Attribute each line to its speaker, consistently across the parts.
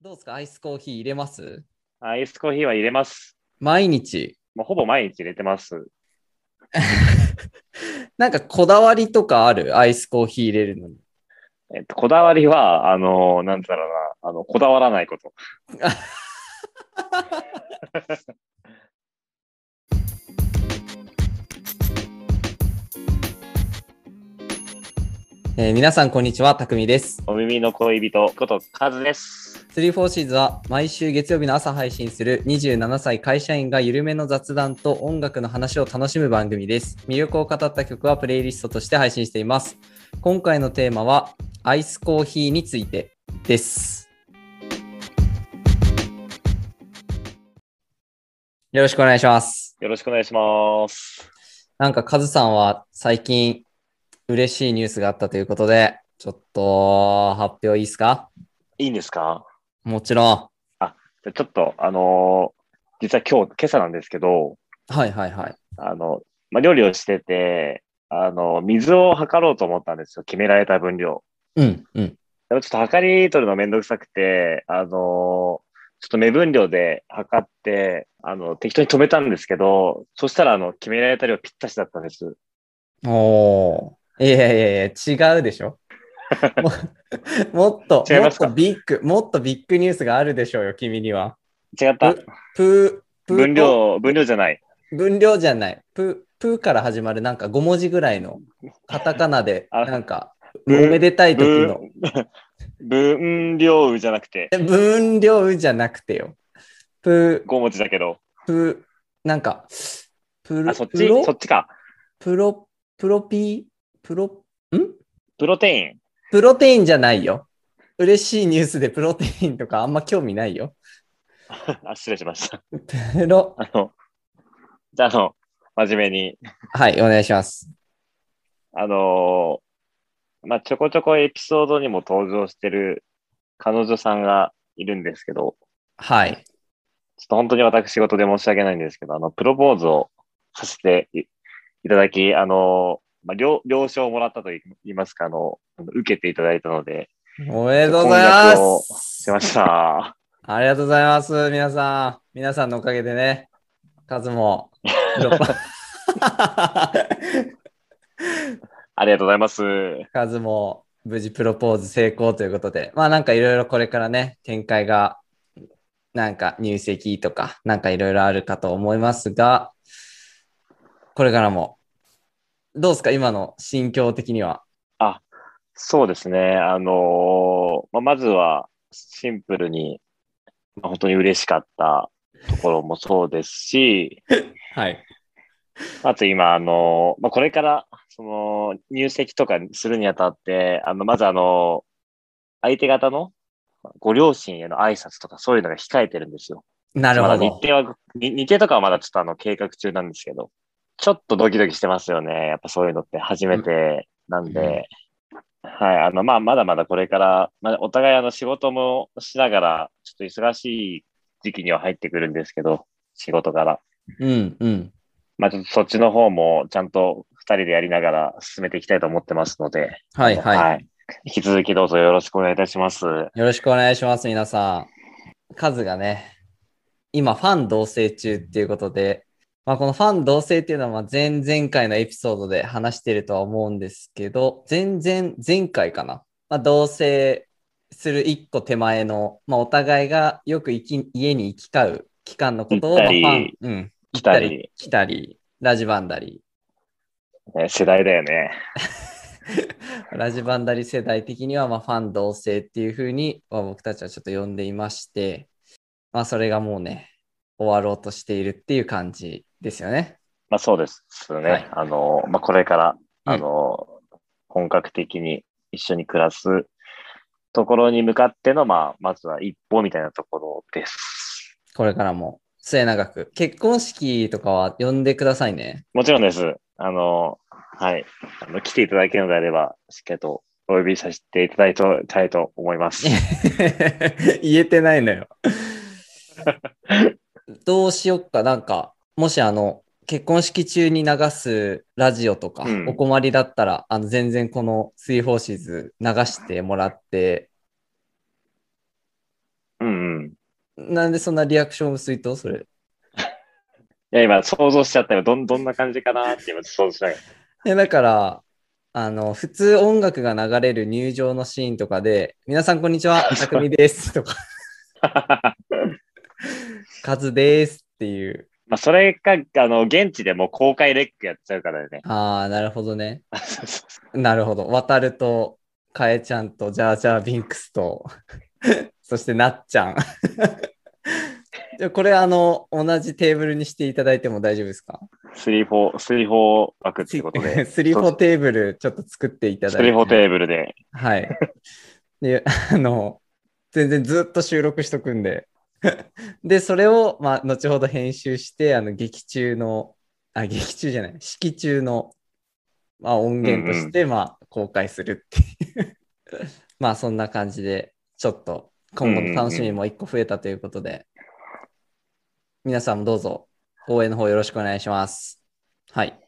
Speaker 1: どうですかアイスコーヒー入れます
Speaker 2: アイスコーヒーは入れます。
Speaker 1: 毎日。
Speaker 2: もうほぼ毎日入れてます。
Speaker 1: なんかこだわりとかあるアイスコーヒー入れるのに。
Speaker 2: えっと、こだわりは、あのーなんだろうな、あの、こだわらないこと。
Speaker 1: えー皆さんこんにちは、たくみです。
Speaker 2: お耳の恋人ことカズです。
Speaker 1: 34シーズは毎週月曜日の朝配信する27歳会社員が緩めの雑談と音楽の話を楽しむ番組です。魅力を語った曲はプレイリストとして配信しています。今回のテーマはアイスコーヒーについてです。よろしくお願いします。
Speaker 2: よろしくお願いします。
Speaker 1: なんかカズさんは最近嬉しいニュースがあったということで、ちょっと発表いいですか
Speaker 2: いいんですか
Speaker 1: もちろん。
Speaker 2: じゃあちょっと、あのー実は今日、今朝なんですけど、
Speaker 1: はいはいはい。
Speaker 2: あの、まあ、料理をしてて、あの、水を測ろうと思ったんですよ。決められた分量。
Speaker 1: うんうん。
Speaker 2: でもちょっと測り取るのめんどくさくて、あのーちょっと目分量で測って、あの、適当に止めたんですけど、そしたら、あの、決められた量ぴったしだったんです。
Speaker 1: おー。いやいやいや、違うでしょもも っと、
Speaker 2: 違い
Speaker 1: も
Speaker 2: ま
Speaker 1: っ
Speaker 2: すか
Speaker 1: とビッグ、もっとビッグニュースがあるでしょうよ、君には。
Speaker 2: 違った
Speaker 1: え。プー、プーと
Speaker 2: 分。量、分量じゃない。
Speaker 1: 分量じゃない。プー、プーから始まるなんか5文字ぐらいのカタカナで、
Speaker 2: あ
Speaker 1: なんか、お
Speaker 2: ブー
Speaker 1: めでたい時の。
Speaker 2: 分、分量じゃなくて、
Speaker 1: え分量じゃなくてよ。プ
Speaker 2: 5文字だけど。
Speaker 1: ー、プー、なんか、プロ、
Speaker 2: あ、そっ
Speaker 1: プ
Speaker 2: ち
Speaker 1: ロ
Speaker 2: そっちか。
Speaker 1: プロ、プロピー、プロ、ん
Speaker 2: プロテイン。
Speaker 1: プロテインじゃないよ。嬉しいニュースでプロテインとかあんま興味ないよ。
Speaker 2: あ、失礼しました。
Speaker 1: プロ。
Speaker 2: あの、じゃあ、あの、真面目に、
Speaker 1: はい、お願いします。
Speaker 2: あのーまあ、ちょこちょこエピソードにも登場してる彼女さんがいるんですけど、
Speaker 1: はい。
Speaker 2: ちょっと本当に私仕事で申し訳ないんですけど、あの、プロポーズをさせていいただき、あのーまあ、了了承をもらったといいますか、あの、受けていただいたので、
Speaker 1: おめでとうございま
Speaker 2: 婚約を
Speaker 1: す
Speaker 2: 出。ました。
Speaker 1: ありがとうございます、皆さん。皆さんのおかげでね、カズ も。
Speaker 2: ありがとうございます。
Speaker 1: カズも無事プロポーズ成功ということで、まあなんかいろいろこれからね、展開が、なんか入籍とか、なんかいろいろあるかと思いますが、これからも、どうですか、今の心境的には。
Speaker 2: そうですね。あのーまあ、まずはシンプルに、まあ、本当に嬉しかったところもそうですし、
Speaker 1: はい。
Speaker 2: あと今、あの、まあ、これから、その、入籍とかするにあたって、あの、まずあの、相手方のまあご両親への挨拶とかそういうのが控えてるんですよ。
Speaker 1: なるほ
Speaker 2: まだ日
Speaker 1: ど。
Speaker 2: 程は、に日程とかはまだちょっとあの、計画中なんですけど、ちょっとドキドキしてますよね。やっぱそういうのって初めてなんで、はい、あの、まあ、まだまだこれから、まあ、お互いあの、仕事もしながら、ちょっと忙しい時期には入ってくるんですけど、仕事から。
Speaker 1: うんうん。
Speaker 2: まあ、ちょっとそっちの方もちゃんと二人でやりながら進めていきたいと思ってますので、
Speaker 1: はいはい。
Speaker 2: 引き続きどうぞよろしくお願いいたします。
Speaker 1: よろしくお願いします、皆さん。カズがね、今、ファン同棲中っていうことで、まあ、このファン同棲っていうのは、まあ前々回のエピソードで話してるとは思うんですけど、全然前回かな。まあ、同棲する一個手前の、まあ、お互いがよく行き家に行き交う期間のことを、ま
Speaker 2: 行
Speaker 1: あフ
Speaker 2: ったり
Speaker 1: ァン、うん、
Speaker 2: 来たり、
Speaker 1: 来たり、ラジバンダリー、
Speaker 2: ね世代だよね。
Speaker 1: ラジバンダリ世代的には、まあ、ファン同性っていうふうに、まあ、僕たちはちょっと呼んでいまして、まあ、それがもうね、終わろうとしているっていう感じですよね。
Speaker 2: まあそうですね。
Speaker 1: はい
Speaker 2: あの、まあこれから、
Speaker 1: うん
Speaker 2: あの、本格的に一緒に暮らすところに向かっての、まあ、まずは一歩みたいなところです。
Speaker 1: これからも末永く。結婚式とかは呼んでくださいね。
Speaker 2: もちろんです。あの、はい。あの来ていただけるのであれば、しっかりとお呼びさせていただいとたいと思 います。
Speaker 1: 言えてないの よ。どうしよっか。なんか、もしあの、結婚式中に流すラジオとか、
Speaker 2: うん
Speaker 1: お困りだったら、あの、全然この水ーシーズ流してもらって、
Speaker 2: うんう
Speaker 1: なんでそんなリアクション薄いとそれ。
Speaker 2: いや、今想像しちゃったよ。どん、どんな感じかなって今想像しながら。
Speaker 1: いやだから、あの、普通音楽が流れる入場のシーンとかで、皆さんこんにち は、たくみですとか、カズですっていう。
Speaker 2: まあ、それか、あの、現地でもう公開レックやっちゃうからね。
Speaker 1: ああ、なるほどね。
Speaker 2: そうそうそ
Speaker 1: なるほど。渡ると、かえちゃんと、じゃあじゃあビンクスと、 そしてなっちゃん。 じゃあこれ、あの、同じテーブルにしていただいても大丈夫です か
Speaker 2: うスリーフォー、スリーフォー枠っていうことで。
Speaker 1: スリーフォーテーブルちょっと作っていただい
Speaker 2: ス
Speaker 1: て。
Speaker 2: リーフォーテーブルで。
Speaker 1: はい。で、あの、全然ずっと収録しとくんで。 で、それを、まあ、後ほど編集して、あの、劇中の、あ、劇中じゃない、式中の、まあ、音源として、まあ、公開するっていう。 まあ、そんな感じで、ちょっと、今後の楽しみも一個増えたということで、皆さんもどうぞ、応援の方よろしくお願いします。はい。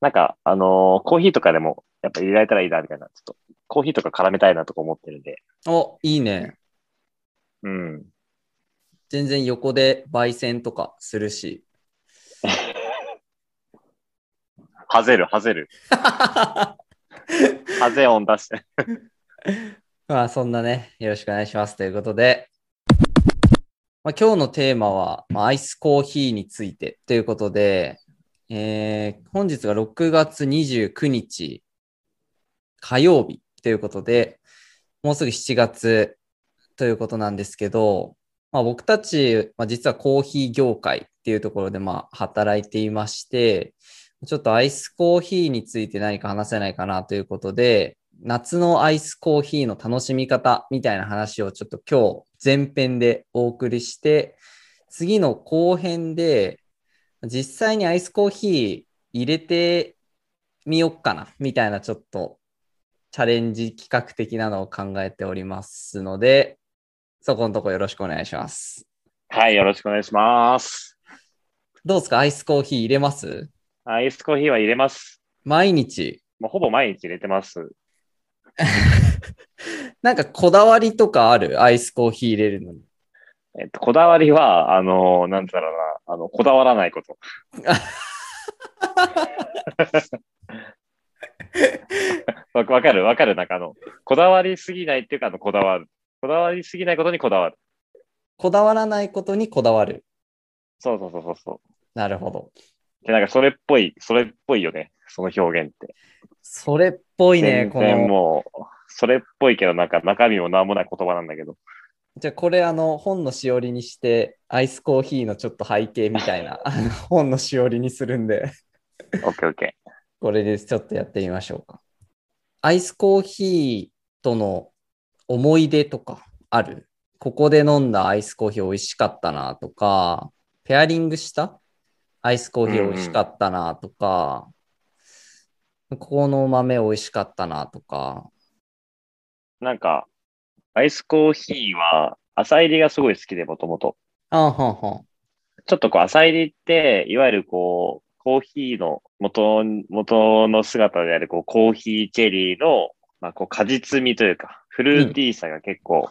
Speaker 2: なんか、あのーコーヒーとかでも、やっぱ入れられたらいいな、みたいな。ちょっと、コーヒーとか絡めたいなとか思ってるんで。
Speaker 1: お、いいね。
Speaker 2: うん。
Speaker 1: 全然横で焙煎とかするし。
Speaker 2: はぜる、はぜる。 はぜ音出して。
Speaker 1: まあそんなね、よろしくお願いしますということで、まあ、今日のテーマは、まあ、アイスコーヒーについてということで、えー本日が6月29日火曜日ということで、もうすぐ7月ということなんですけど、まあ、僕たち、まあ、実はコーヒー業界っていうところでまあ働いていまして、ちょっとアイスコーヒーについて何か話せないかなということで、夏のアイスコーヒーの楽しみ方みたいな話をちょっと今日前編でお送りして、次の後編で実際にアイスコーヒー入れてみよっかなみたいなちょっとチャレンジ企画的なのを考えておりますので、そこのとこよろしくお願いします。
Speaker 2: はい、よろしくお願いします。
Speaker 1: どうですかアイスコーヒー入れます
Speaker 2: アイスコーヒーは入れます。
Speaker 1: 毎日
Speaker 2: もうほぼ毎日入れてます。
Speaker 1: なんかこだわりとかあるアイスコーヒー入れるのに。
Speaker 2: えっと、こだわりは、あのーなんだろうな、あの、こだわらな いこと。わわかるわかる、なんかあの、こだわりすぎないっていうか、あの、こだわる。こだわりすぎないことにこだわる。
Speaker 1: こだわらないことにこだわる。
Speaker 2: そうそうそうそうそ
Speaker 1: なるほど。
Speaker 2: う。で、なんかそれっぽい、それっぽいよね。その表現って。
Speaker 1: それっぽいね、
Speaker 2: 全
Speaker 1: こ
Speaker 2: 然
Speaker 1: の。
Speaker 2: もう、それっぽいけど、なんか中身もなんもない言葉なんだけど。
Speaker 1: じゃあこれあの本のしおりにして、アイスコーヒーのちょっと背景みたいなあの本のしおりにするんで、
Speaker 2: オッケーオッケー。
Speaker 1: これでちょっとやってみましょうか。アイスコーヒーとの思い出とかあるここで飲んだアイスコーヒー美味しかったなとか、ペアリングしたアイスコーヒー美味しかったなとか、ここの豆美味しかったなとか、
Speaker 2: なんか、アイスコーヒーは、朝入りがすごい好きで、もともと。
Speaker 1: あんはんはん。
Speaker 2: ちょっとこう、朝入りって、いわゆるこう、コーヒーの元、元の姿である、こう、コーヒーチェリーの、まあ、こう、果実味というか、フルーティーさが結構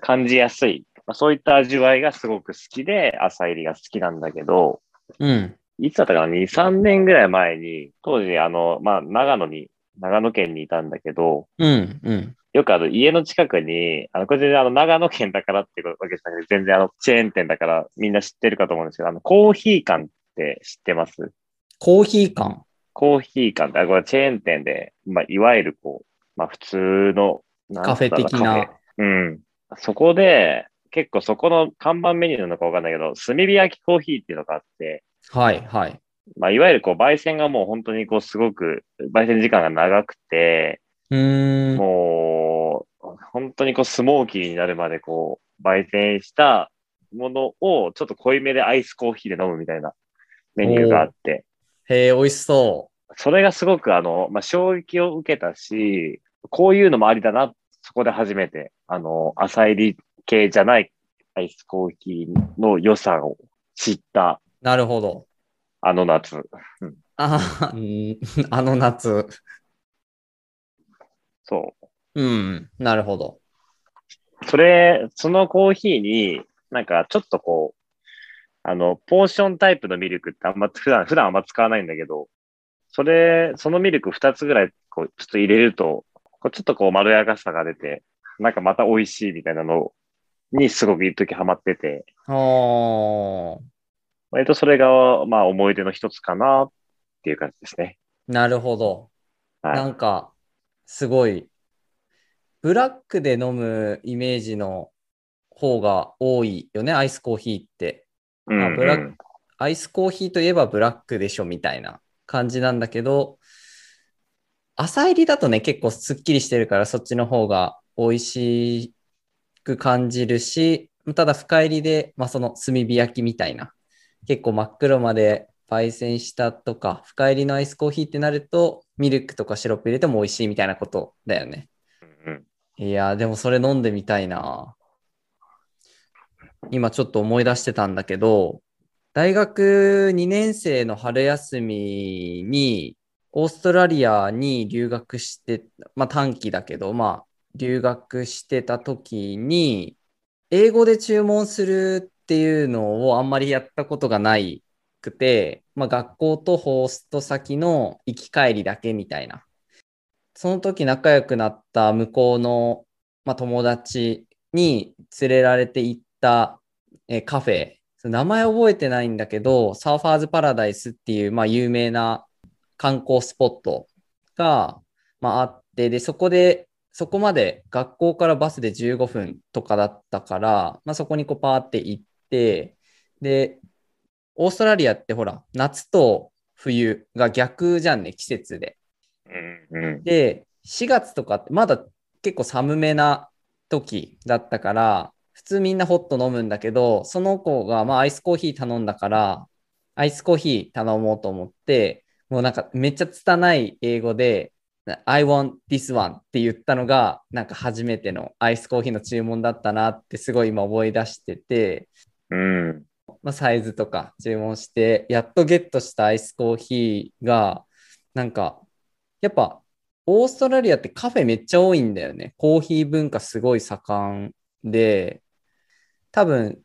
Speaker 2: 感じやすい。まあ、そういった味わいがすごく好きで、朝入りが好きなんだけど、
Speaker 1: うん。
Speaker 2: いつだったかな ?2、3年ぐらい前に、当時、あの、まあ、長野に、長野県にいたんだけど、
Speaker 1: うん。うん。
Speaker 2: よくあの家の近くに、あの、これ全然あの長野県だからっていうわけじゃなくて、全然あのチェーン店だからみんな知ってるかと思うんですけど、あの、コーヒー館って知ってます
Speaker 1: コーヒー感。
Speaker 2: コーヒー館って、あ、これチェーン店で、まあ、いわゆるこう、まあ、普通の、なんだろ
Speaker 1: カ
Speaker 2: う
Speaker 1: フェ的。
Speaker 2: カ
Speaker 1: な
Speaker 2: フェ。うん。そこで、結構そこの看板メニューなのかわかんないけど、炭火焼きコーヒーっていうのがあって、
Speaker 1: はいはい。
Speaker 2: まあ、いわゆるこう、焙煎がもう本当にこう、すごく、焙煎時間が長くて、
Speaker 1: うーん。
Speaker 2: もう、本当にこう、スモーキーになるまでこう、焙煎したものを、ちょっと濃いめでアイスコーヒーで飲むみたいなメニューがあって、
Speaker 1: へえ、美味しそ
Speaker 2: それがすごくあの、まあ、衝撃を受けたし、こういうのもありだな、そこで初めて、あの、浅入り系じゃないアイスコーヒーの良さを知った、
Speaker 1: う。なるほど。
Speaker 2: あの夏。
Speaker 1: あーうん あの夏。
Speaker 2: そ
Speaker 1: う
Speaker 2: う。
Speaker 1: ん。なるほど。
Speaker 2: それ、そのコーヒーに、なんかちょっとこう、あの、ポーションタイプのミルクってあんま普段、普段あんま使わないんだけど、それ、そのミルク2つぐらい、こう、ちょっと入れると、こうちょっとこう、まろやかさが出て、なんかまた美味しいみたいなのにすごく一時ハマってて、
Speaker 1: おー
Speaker 2: 割とそれが、まあ、思い出の一つかなっていう感じですね。
Speaker 1: なるほど。
Speaker 2: はい
Speaker 1: なんか、すごい、ブラックで飲むイメージの方が多いよね、アイスコーヒーって。
Speaker 2: うん、
Speaker 1: ブラッアイスコーヒーといえばブラックでしょみたいな感じなんだけど、朝入りだとね、結構すっきりしてるから、そっちの方が美味しく感じるし、ただ深入りで、まあ、その炭火焼きみたいな、結構真っ黒まで焙煎したとか、深入りのアイスコーヒーってなると、ミルクとかシロップ入れても美味しいみたいなことだよね。
Speaker 2: うんうん
Speaker 1: いやー、でもそれ飲んでみたいな。今ちょっと思い出してたんだけど、大学2年生の春休みに、オーストラリアに留学して、まあ短期だけど、まあ留学してた時に、英語で注文するっていうのをあんまりやったことがないくて、まあ学校とホスト先の行き帰りだけみたいな。その時仲良くなった向こうの、まあ、友達に連れられて行った、えーカフェ、その名前覚えてないんだけど、サーファーズパラダイスっていう、まあ、有名な観光スポットが、まあ、あって、で、そこで、そこまで学校からバスで15分とかだったから、まあ、そこにこうパーって行って、で、オーストラリアってほら、夏と冬が逆じゃんね、季節で。
Speaker 2: うんうん
Speaker 1: で、4月とかってまだ結構寒めな時だったから、普通みんなホット飲むんだけど、その子がまあアイスコーヒー頼んだから、アイスコーヒー頼もうと思って、もうなんかめっちゃ拙い英語で、I want this one って言ったのが、なんか初めてのアイスコーヒーの注文だったなってすごい今思い出してて、
Speaker 2: うん。うん。
Speaker 1: まあ、サイズとか注文して、やっとゲットしたアイスコーヒーが、なんか、やっぱ、オーストラリアってカフェめっちゃ多いんだよね。コーヒー文化すごい盛んで、多分、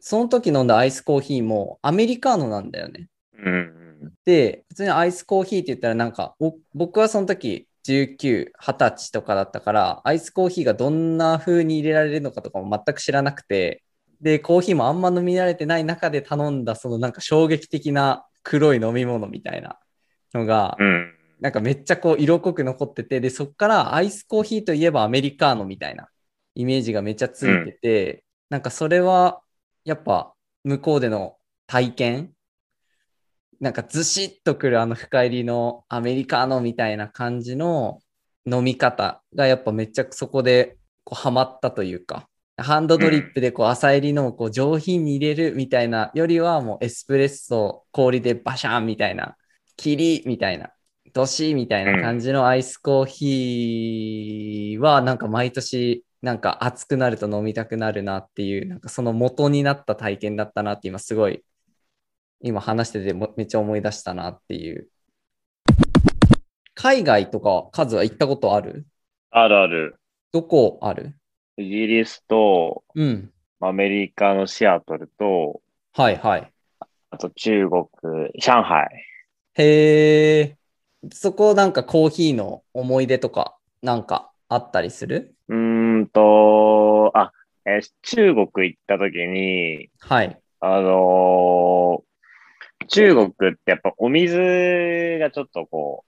Speaker 1: その時飲んだアイスコーヒーもアメリカーノなんだよね。
Speaker 2: うんうん。
Speaker 1: で、普通にアイスコーヒーって言ったらなんか、お僕はその時19、20歳とかだったから、アイスコーヒーがどんな風に入れられるのかとかも全く知らなくて、で、コーヒーもあんま飲み慣れてない中で頼んだ、そのなんか衝撃的な黒い飲み物みたいなのが、
Speaker 2: うん。
Speaker 1: なんかめっちゃこう色濃く残ってて、で、そっからアイスコーヒーといえばアメリカーノみたいなイメージがめっちゃついてて、なんかそれはやっぱ向こうでの体験なんかずしっとくるあの深入りのアメリカーノみたいな感じの飲み方がやっぱめっちゃそこでこうハマったというか、ハンドドリップでこう浅入りのをこう上品に入れるみたいなよりはもうエスプレッソ氷でバシャンみたいな、キリみたいな、ドシーみたいな感じのアイスコーヒーはなんか毎年なんか熱くなると飲みたくなるなっていう、なんかその元になった体験だったなって今すごい今話しててもめっちゃ思い出したなっていう。海外とかカズは行ったことある
Speaker 2: あるある。
Speaker 1: どこある
Speaker 2: イギリスと、
Speaker 1: うん。
Speaker 2: アメリカのシアトルと、
Speaker 1: はいはい。
Speaker 2: あと中国、上海。
Speaker 1: へえ。そこなんかコーヒーの思い出とかなんかあったりする
Speaker 2: うーんと、あ、えー中国行った時に、
Speaker 1: はい。
Speaker 2: あのー中国ってやっぱお水がちょっとこ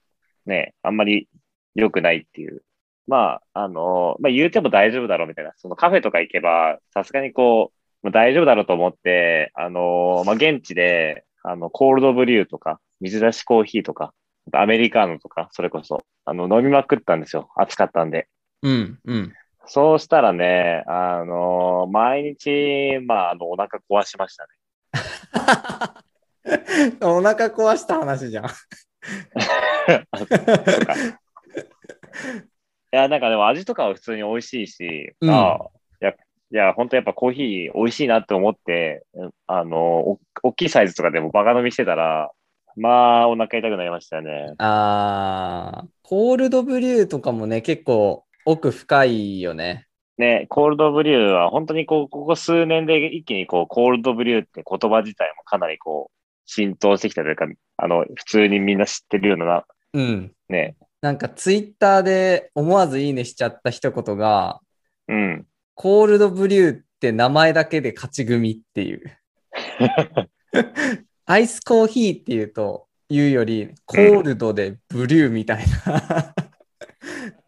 Speaker 2: う、ね、あんまり良くないっていう。まあ、あのーまあ言うても大丈夫だろうみたいな。そのカフェとか行けば、さすがにこう、まあ、大丈夫だろうと思って、あのーまあ現地で、あの、コールドブリューとか、水出しコーヒーとか、あとアメリカーノとか、それこそ、あの、飲みまくったんですよ。暑かったんで。
Speaker 1: うんうん。
Speaker 2: そうしたらね、あのー毎日、まあ、あの、お腹壊しましたね。
Speaker 1: お腹壊した話じゃん。
Speaker 2: いや、なんかでも味とかは普通に美味しいし、
Speaker 1: うん
Speaker 2: ああいや、いや、本当やっぱコーヒー美味しいなって思って、うんあの、お大きいサイズとかでもバカ飲みしてたら、まあ、お腹痛くなりましたよね。
Speaker 1: あー、コールドブリューとかもね、結構奥深いよね。
Speaker 2: ね、コールドブリューは本当にこう、ここ数年で一気にこう、コールドブリューって言葉自体もかなりこう、浸透してきたというか、あの、普通にみんな知ってるような、
Speaker 1: うん。
Speaker 2: ね、
Speaker 1: なんかツイッターで思わずいいねしちゃった一言が、
Speaker 2: うん。
Speaker 1: コールドブリューって名前だけで勝ち組って いう。アイスコーヒーっていうと、言うより、コールドでブリューみたい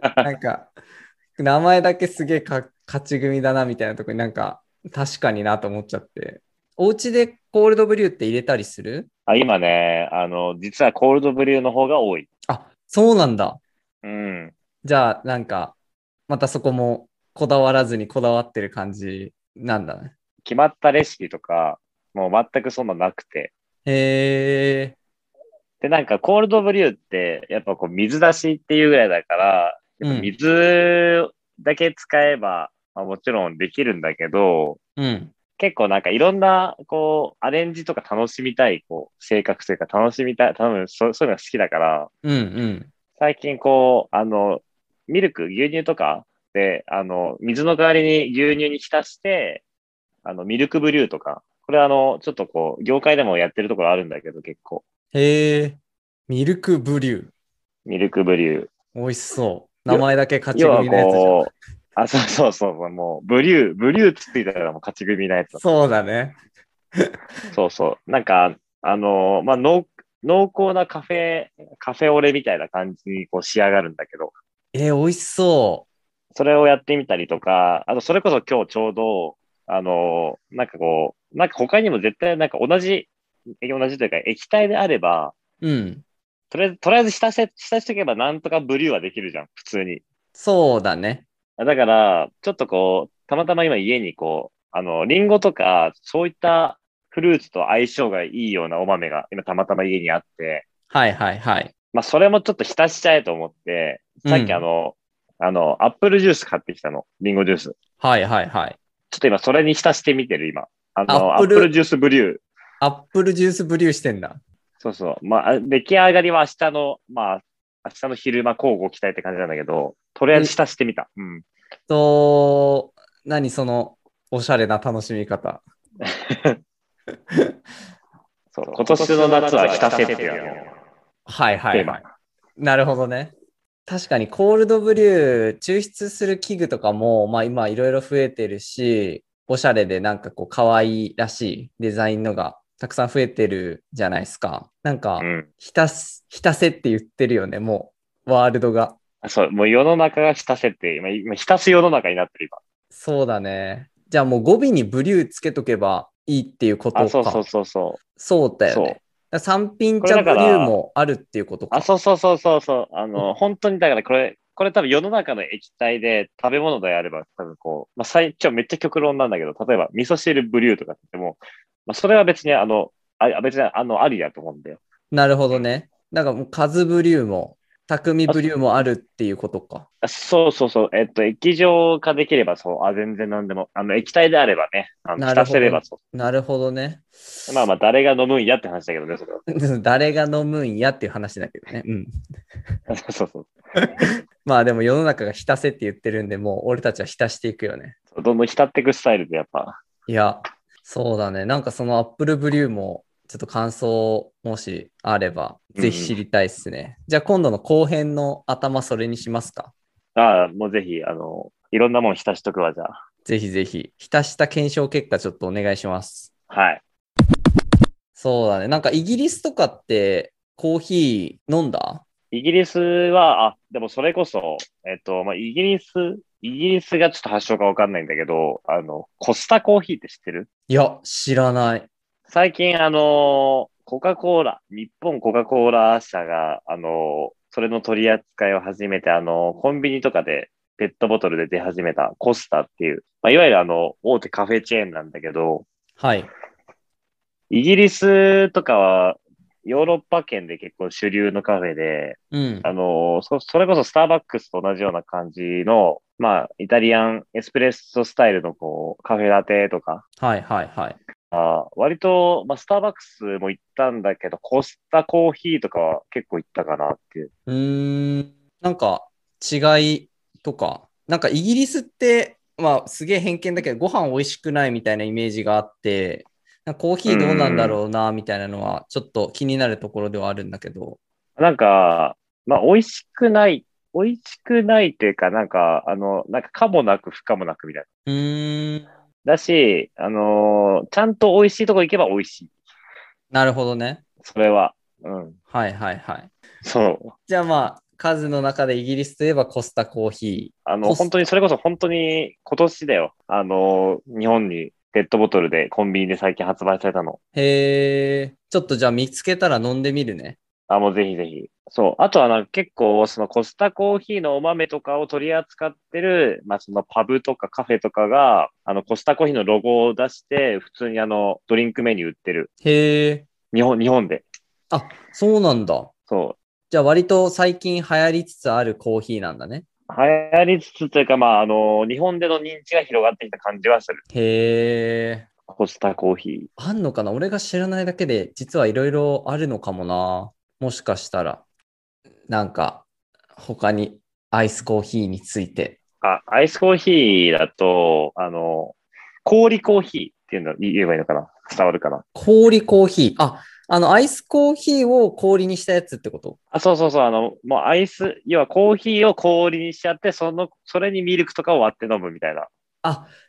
Speaker 1: な。なんか、名前だけすげえか勝ち組だなみたいなとこになんか、確かになと思っちゃって。お家でコールドブリューって入れたりする
Speaker 2: あ今ね、あの、実はコールドブリューの方が多い。
Speaker 1: あ、そうなんだ。
Speaker 2: うん。
Speaker 1: じゃあ、なんか、またそこもこだわらずにこだわってる感じなんだね。
Speaker 2: 決まったレシピとか、もう全くそんななくて。
Speaker 1: へー。
Speaker 2: で、なんかコールドブリューって、やっぱこう水出しっていうぐらいだから、やっぱ水だけ使えば、まあ、もちろんできるんだけど、
Speaker 1: うん。
Speaker 2: 結構なんかいろんな、こう、アレンジとか楽しみたい、こう、性格というか楽しみたい、多分そうそういうのが好きだから、
Speaker 1: うんうん。
Speaker 2: 最近こう、あの、ミルク、牛乳とかで、あの、水の代わりに牛乳に浸して、あの、ミルクブリューとか、これあの、ちょっとこう、業界でもやってるところあるんだけど、結構。
Speaker 1: へえ、ミルクブリュー。
Speaker 2: ミルクブリュー。
Speaker 1: 美味しそう。
Speaker 2: よ
Speaker 1: 名前だけ勝ち
Speaker 2: 要は
Speaker 1: 組のやつじゃん
Speaker 2: こう、あ、そうそうそうそう、もう、ブリュー、ブリューつっていたらもう勝ち組なやつだ
Speaker 1: そうだね。
Speaker 2: そうそう。なんか、あのまあ、濃、濃厚なカフェ、カフェオレみたいな感じにこう仕上がるんだけど、
Speaker 1: えー、美味しそ
Speaker 2: それをやってみたりとか、あと、それこそ今日ちょうど、あのなんかこう、なんか他にも絶対なんか同じ、同じというか液体であれば、
Speaker 1: う。うん。
Speaker 2: とりあえず、とりあえず浸せ、浸しとけばなんとかブリューはできるじゃん、普通に。
Speaker 1: そうだね。
Speaker 2: あだから、ちょっとこう、たまたま今家にこう、あの、リンゴとか、そういったフルーツと相性がいいようなお豆が今たまたま家にあって、
Speaker 1: はいはいはい。
Speaker 2: まあ、それもちょっと浸しちゃえと思って、さっ
Speaker 1: うん
Speaker 2: きあの、あの、アップルジュース買ってきたの。リンゴジュース。ちょ
Speaker 1: はいはいはい。
Speaker 2: っと今それに浸してみてる、今。あの、
Speaker 1: アッ
Speaker 2: アッ
Speaker 1: プ
Speaker 2: プ
Speaker 1: ル
Speaker 2: ルジュースブリュー。
Speaker 1: アップルジュースブリューしてんだ。
Speaker 2: そうそう。まああ、出来上がりは明日の、まあ、明日の昼間交互期待って感じなんだけど、とりあえず浸してみた。うん。
Speaker 1: と、何その、おしゃれな楽しみ方。
Speaker 2: そう。今年の夏は浸せってやるよ。
Speaker 1: はいはい
Speaker 2: テー
Speaker 1: は
Speaker 2: マ
Speaker 1: い。なるほどね。確かにコールドブリュー、抽出する器具とかも、まあ今いろいろ増えてるし、おしゃれでなんかこう可愛いらしいデザインのがたくさん増えてるじゃないですか。なんか
Speaker 2: う、ん。
Speaker 1: 浸す、浸せって言ってるよね、もう、ワールドが。
Speaker 2: そう、もう世の中が浸せって、今、今浸す世の中になってる、
Speaker 1: そうだね。じゃあもう語尾にブリューつけとけばいいっていうこと
Speaker 2: 今。
Speaker 1: か。
Speaker 2: あ、そうそうそうそう。
Speaker 1: そうだよ
Speaker 2: そう
Speaker 1: ね。だから三品茶ブリューもあるっていうことか。
Speaker 2: あ、そうそうそうそうそう。あの、本当にだからこれ、これ多分世の中の液体で食べ物であれば、多分こう、まあ、最長めっちゃ極論なんだけど、例えば味噌汁ブリューとかって言っても、まあ、それは別にあの、あ別にあの、ありだと思うんだよ。
Speaker 1: なるほどね。だからもうカズブリューも、匠ブリューもあるっていうことか。
Speaker 2: あそうそうそう。えっと、液状化できればそう。あ、全然何でも。あの、液体であればね。あの
Speaker 1: なる
Speaker 2: 浸
Speaker 1: ほど
Speaker 2: せればそ
Speaker 1: なるほどね。
Speaker 2: う。まあまあ、誰が飲むんやって話だけどね、それは。
Speaker 1: 誰が飲むんやっていう話だけどね。うん。
Speaker 2: そうそう
Speaker 1: まあでも世の中が浸せって言ってるんで、もう俺たちは浸していくよね。
Speaker 2: そう。どんどん浸っていくスタイルでやっぱ。
Speaker 1: いや、そうだね。なんかそのアップルブリューも、ちょっと感想もしあれば、ぜひ知りたいっすね。じゃあ今度の後編の頭それにしますか。
Speaker 2: ああ、もうぜひ、あの、いろんなもん浸しとくわ、じゃあ。
Speaker 1: ぜひぜひ、浸した検証結果ちょっとお願いします。
Speaker 2: はい。
Speaker 1: そうだね。なんかイギリスとかってコーヒー飲んだ
Speaker 2: イギリスは、あ、でもそれこそ、えっと、まあ、イギリス、イギリスがちょっと発祥かわかんないんだけど、あの、コスタコーヒーって知ってる
Speaker 1: いや、知らない。
Speaker 2: 最近、あの、コカ・コーラ、日本コカ・コーラ社が、あの、それの取り扱いを始めて、あの、コンビニとかでペットボトルで出始めたコスタっていう、まあ、いわゆるあの、大手カフェチェーンなんだけど、
Speaker 1: はい。
Speaker 2: イギリスとかは、ヨーロッパ圏で結構主流のカフェで、
Speaker 1: うん。
Speaker 2: あのそ、それこそスターバックスと同じような感じの、まあ、イタリアンエスプレッソスタイルのこう、カフェラテとか、
Speaker 1: はいはいはい。
Speaker 2: あ割と、まあ、スターバックスも行ったんだけど、コスタコーヒーとかは結構行ったかなっていう。
Speaker 1: うーん。なんか違いとか。なんかイギリスってまあ、すげえ偏見だけど、ご飯美味しくないみたいなイメージがあって、なんかコーヒーどうなんだろうな、みたいなのは、ちょっと気になるところではあるんだけど。
Speaker 2: なんか、まあ、美味しくない、美味しくないっていうか、なんか、あの、なんか、可もなく不可もなくみたいな。
Speaker 1: うーん、
Speaker 2: だし、あのーちゃんと美味しいとこ行けば美味しい。
Speaker 1: なるほどね。
Speaker 2: それは。うん。
Speaker 1: はいはいはい。
Speaker 2: そう。
Speaker 1: じゃあまあ、数の中でイギリスといえばコスタコーヒ
Speaker 2: あ
Speaker 1: コ
Speaker 2: の、
Speaker 1: ス
Speaker 2: 本当に、それこそ本当に今年だよ。あのー日本にペットボトルでコンビニで最近発売されたの。
Speaker 1: ー。へえ。ちょっとじゃあ見つけたら飲んでみるね。
Speaker 2: あ、もうぜひぜひ。そう。あとはなんか結構、そのコスタコーヒーのお豆とかを取り扱ってる、まあそのパブとかカフェとかが、あのコスタコーヒーのロゴを出して、普通にあのドリンクメニュー売ってる。
Speaker 1: へえ。
Speaker 2: 日本、日本で。
Speaker 1: そうなんだ。
Speaker 2: そ
Speaker 1: じゃあ割と最近流行りつつあるコーヒーなんだね。
Speaker 2: う。流行りつつというか、まああの、日本での認知が広がってきた感じはする。
Speaker 1: へえ。
Speaker 2: コスタコーヒー。
Speaker 1: あんのかな俺が知らないだけで、実はいろいろあるのかもな。もしかしたら。なんか、他にアイスコーヒーについて。
Speaker 2: あ、アイスコーヒーだと、あの、氷コーヒーっていうの言えばいいのかな伝わるかな
Speaker 1: 氷コーヒー。あ、あの、アイスコーヒーを氷にしたやつってこと
Speaker 2: あ、そうそうそう、あの、もうアイス、要はコーヒーを氷にしちゃって、その、それにミルクとかを割って飲むみたいな。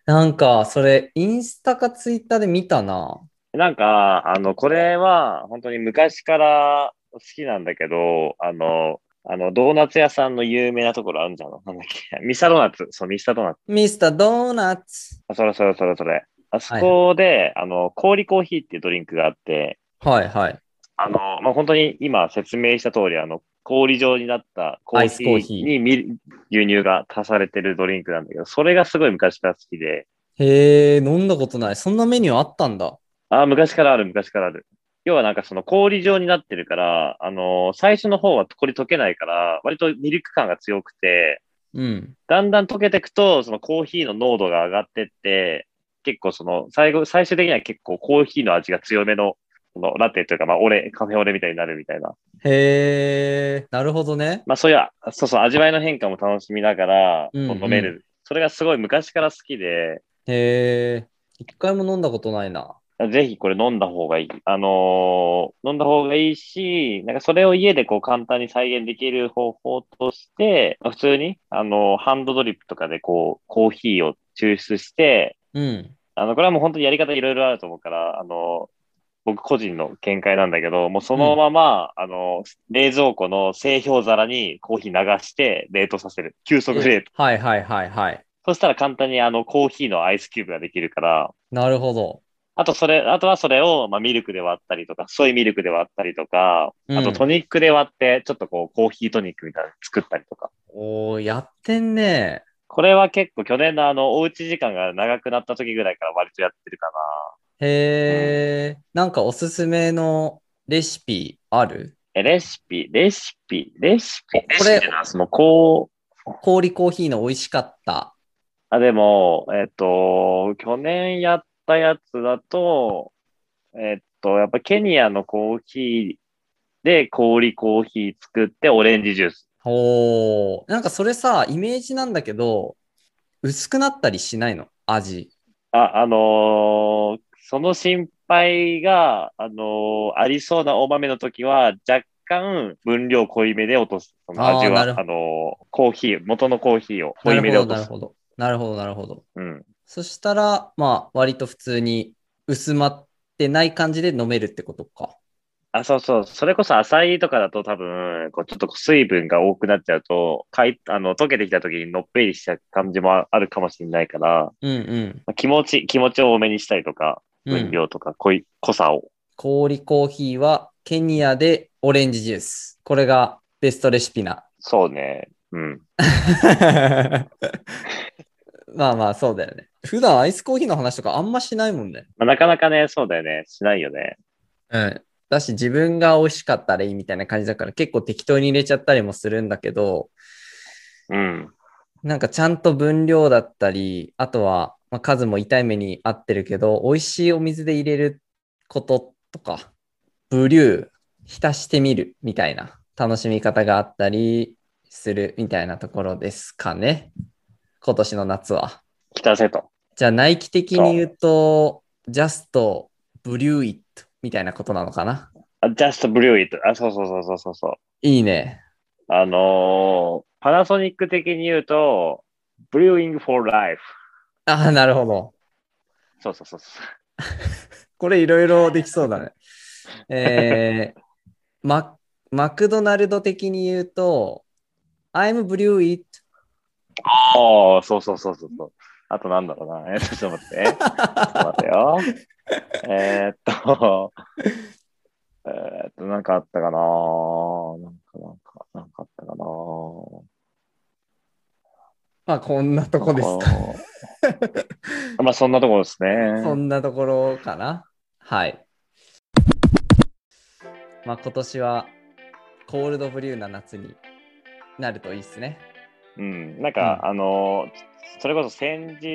Speaker 1: なんか、それ、インスタかツイッターで見たな。
Speaker 2: なんか、あの、これは本当に昔から好きなんだけど、あの、あの、ドーナツ屋さんの有名なところあるんじゃんのなんだっけミスタードーナツ。そう、ミスタードーナツ。
Speaker 1: ミスタードーナツ。
Speaker 2: あ、それそれそれそれ。あそこで、あの、氷コーヒーっていうドリンクがあって、
Speaker 1: はいはい。
Speaker 2: あの、まあ、本当に今説明した通り、あの、氷状になったコ
Speaker 1: ア
Speaker 2: ー
Speaker 1: イス
Speaker 2: ヒ
Speaker 1: コーヒ
Speaker 2: ー
Speaker 1: ー
Speaker 2: にミル牛乳が足されてるドリンクなんだけど、それがすごい昔から好きで、
Speaker 1: へえ、飲んだことない。そんなメニューあったんだ。
Speaker 2: ああ、昔からある、昔からある。要はなんかその氷状になってるから、あの最初の方は氷溶けないから、割とミルク感が強くて、
Speaker 1: うん。
Speaker 2: だんだん溶けていくと、そのコーヒーの濃度が上がってって、結構その、最後、最終的には結構コーヒーの味が強めの、そのラテというか、まあ、オレ、カフェオレみたいになるみたいな。
Speaker 1: へえ、なるほどね。
Speaker 2: まあそういう、そうそう、味わいの変化も楽しみながら、
Speaker 1: うんうん
Speaker 2: 飲める。それがすごい昔から好きで、
Speaker 1: へえ、一回も飲んだことないな。
Speaker 2: ぜひこれ飲んだ方がいい。あのー飲んだ方がいいし、なんかそれを家でこう簡単に再現できる方法として、普通に、あのーハンドドリップとかでこう、コーヒーを抽出して、
Speaker 1: うん。
Speaker 2: あの、これはもう本当にやり方いろいろあると思うから、あのー僕個人の見解なんだけど、もうそのまま、あのー冷蔵庫の製氷皿にコーヒー流して冷凍させる。急速冷凍。
Speaker 1: はいはいはいはい。
Speaker 2: そしたら簡単にあのコーヒーのアイスキューブができるから、
Speaker 1: なるほど。
Speaker 2: あとそれ、あとはそれを、まあ、ミルクで割ったりとか、ソイミルクで割ったりとか、
Speaker 1: うん
Speaker 2: あとトニックで割って、ちょっとこうコーヒートニックみたいなの作ったりとか。
Speaker 1: おー、やってんね。
Speaker 2: これは結構去年のあの、おうち時間が長くなった時ぐらいから割とやってるか
Speaker 1: へえ、なんかおすすめのレシピある
Speaker 2: な。え、レシピ、レシピ、レシピ、レシ
Speaker 1: これ
Speaker 2: ピっていうのはその、こう、
Speaker 1: 氷コーヒーの美味しかった。
Speaker 2: あ、でも、えっと、去年やったやつだと、えっと、やっぱケニアのコーヒーで氷コーヒー作ってオレンジジュース。
Speaker 1: おー、なんかそれさ、イメージなんだけど、薄くなったりしないの味。
Speaker 2: あ、あのーその心配が、あのーありそうな大豆の時は、若干分量濃いめで落とす。その
Speaker 1: あー
Speaker 2: 味
Speaker 1: な
Speaker 2: は、
Speaker 1: るほ
Speaker 2: あのーコーヒー、元のコーヒーを濃いめで落と
Speaker 1: なる
Speaker 2: す。
Speaker 1: ほど、なるほど。なるほど、なるほど。
Speaker 2: うん。
Speaker 1: そしたら、まあ、割と普通に薄まってない感じで飲めるってことか。
Speaker 2: あ、そうそう。それこそアサイとかだと多分、こうちょっと水分が多くなっちゃうと、かい、あの、溶けてきた時にのっぺりした感じもあるかもしれないから、
Speaker 1: うんうん
Speaker 2: まあ気持ち、気持ちを多めにしたりとか、
Speaker 1: う
Speaker 2: 分
Speaker 1: ん。
Speaker 2: 量とか濃い、濃さを。
Speaker 1: 氷コーヒーはケニアでオレンジジュース。これがベストレシピな。
Speaker 2: そうね。うん。
Speaker 1: まあまあ、そうだよね。普段アイスコーヒーの話とかあんましないもんね。
Speaker 2: まあ、なかなかね、そうだよね。しないよね。
Speaker 1: うん。だし、自分が美味しかったらいいみたいな感じだから、結構適当に入れちゃったりもするんだけど、
Speaker 2: うん。
Speaker 1: なんかちゃんと分量だったり、あとは、まあ、数も痛い目に合ってるけど、美味しいお水で入れることとか、ブリュー、浸してみるみたいな楽しみ方があったりするみたいなところですかね。今年の夏は。
Speaker 2: 期たせと。
Speaker 1: じゃあ、ナイキ的に言うと、ジャスト、ブリューイットみたいなことなのかな
Speaker 2: あ just brew it. あ、そうそうそうそうそうそう。
Speaker 1: いいね。
Speaker 2: あのーパナソニック的に言うと、brewing for life。
Speaker 1: ああ、なるほど。
Speaker 2: そうそうそうそう。
Speaker 1: これいろいろできそうだね。えー、ママクドナルド的に言うと、I'm brew it.
Speaker 2: ああ、そうそうそうそうそう。あとなんだろうな。え ーちょっと待って。ちょっと待って よ。えーっと、えーっと、なんかあったかななんか、なんか、なんかあったかな
Speaker 1: まあ、こんなとこですか。
Speaker 2: か。 まあ、そんなところですね。
Speaker 1: そんなところかな。はい。まあ、今年はコールドブリューな夏になるといいですね。
Speaker 2: うん、なんか、
Speaker 1: うん
Speaker 2: あのそれこそ先日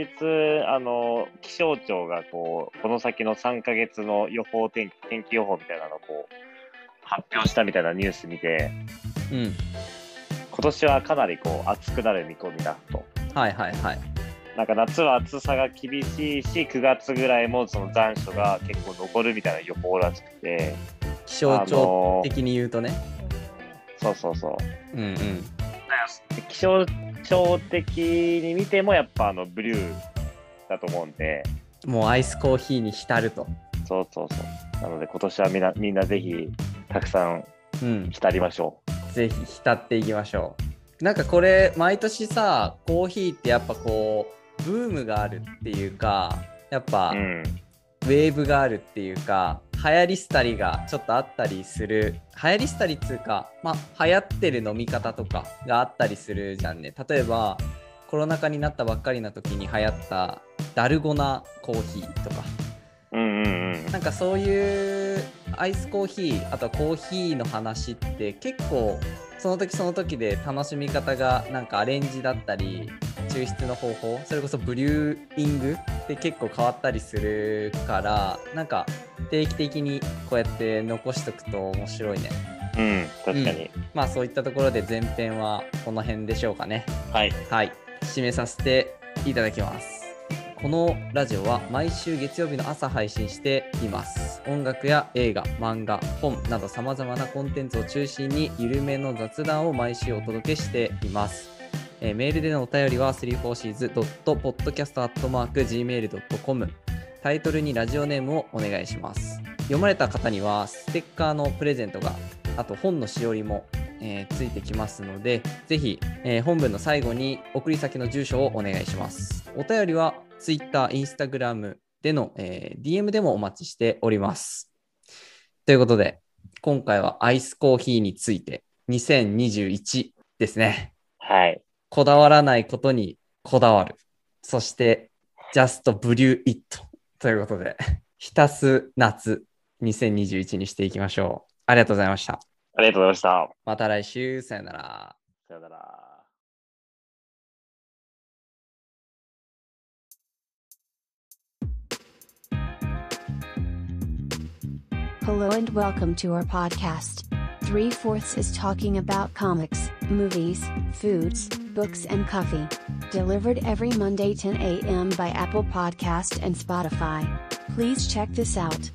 Speaker 2: あの気象庁がこうこの先の3ヶ月の予報天気天気予報みたいなのをこう発表したみたいなニュース見て
Speaker 1: うん。
Speaker 2: 今年はかなりこう暑くなる見込みだと
Speaker 1: はいはいはい。
Speaker 2: なんか夏は暑さが厳しいし9月ぐらいもその残暑が結構残るみたいな予報らしくて
Speaker 1: 気象庁
Speaker 2: の
Speaker 1: 的に言うとね。
Speaker 2: そうそうそう
Speaker 1: うんうん。
Speaker 2: で気象庁的に見てもやっぱあのブリューだと思うんで。
Speaker 1: もうアイスコーヒーに浸ると。
Speaker 2: そうそうそう。なので今年はみんな、みんなぜひたくさん
Speaker 1: うん。
Speaker 2: 浸りましょう。
Speaker 1: ぜひ浸っていきましょう。なんかこれ、毎年さ、コーヒーってやっぱこう、ブームがあるっていうか、やっぱ、
Speaker 2: うん。
Speaker 1: ウェーブがあるっていうか流行りしたりがちょっとあったりする流行りしたりっつうか、まあ、流行ってる飲み方とかがあったりするじゃんね例えばコロナ禍になったばっかりな時に流行ったダルゴナコーヒーとか
Speaker 2: うんうんうん。
Speaker 1: なんかそういうアイスコーヒーあとはコーヒーの話って結構その時その時で楽しみ方がなんかアレンジだったり抽出の方法それこそブリューイングって結構変わったりするからなんか定期的にこうやって残しとくと面白いね
Speaker 2: うん。確かに。
Speaker 1: まあそういったところで前編はこの辺でしょうかね
Speaker 2: はい。
Speaker 1: はい、締めさせていただきます。このラジオは毎週月曜日の朝配信しています。音楽や映画、漫画、本など様々なコンテンツを中心に緩めの雑談を毎週お届けしています。えーメールでのお便りは 34seas.podcast.gmail.com タイトルにラジオネームをお願いします。読まれた方にはステッカーのプレゼントが、あと本のしおりもえーついてきますので、ぜひ、えー本文の最後に送り先の住所をお願いします。お便りは Twitter、Instagram での、えー DM でもお待ちしております。ということで、今回はアイスコーヒーについて2021ですね。
Speaker 2: はい。
Speaker 1: こだわらないことにこだわる。そして、just brew it ということで、浸す夏2021にしていきましょう。ありがとうございました。
Speaker 2: ありがとうございました。
Speaker 1: また来週、さよなら。
Speaker 2: さよなら。
Speaker 3: Hello and welcome to our podcast. Three Fourths is talking about comics, movies, foods, books, and coffee. Delivered every Monday 10 a.m. by Apple Podcast and Spotify. Please check this out.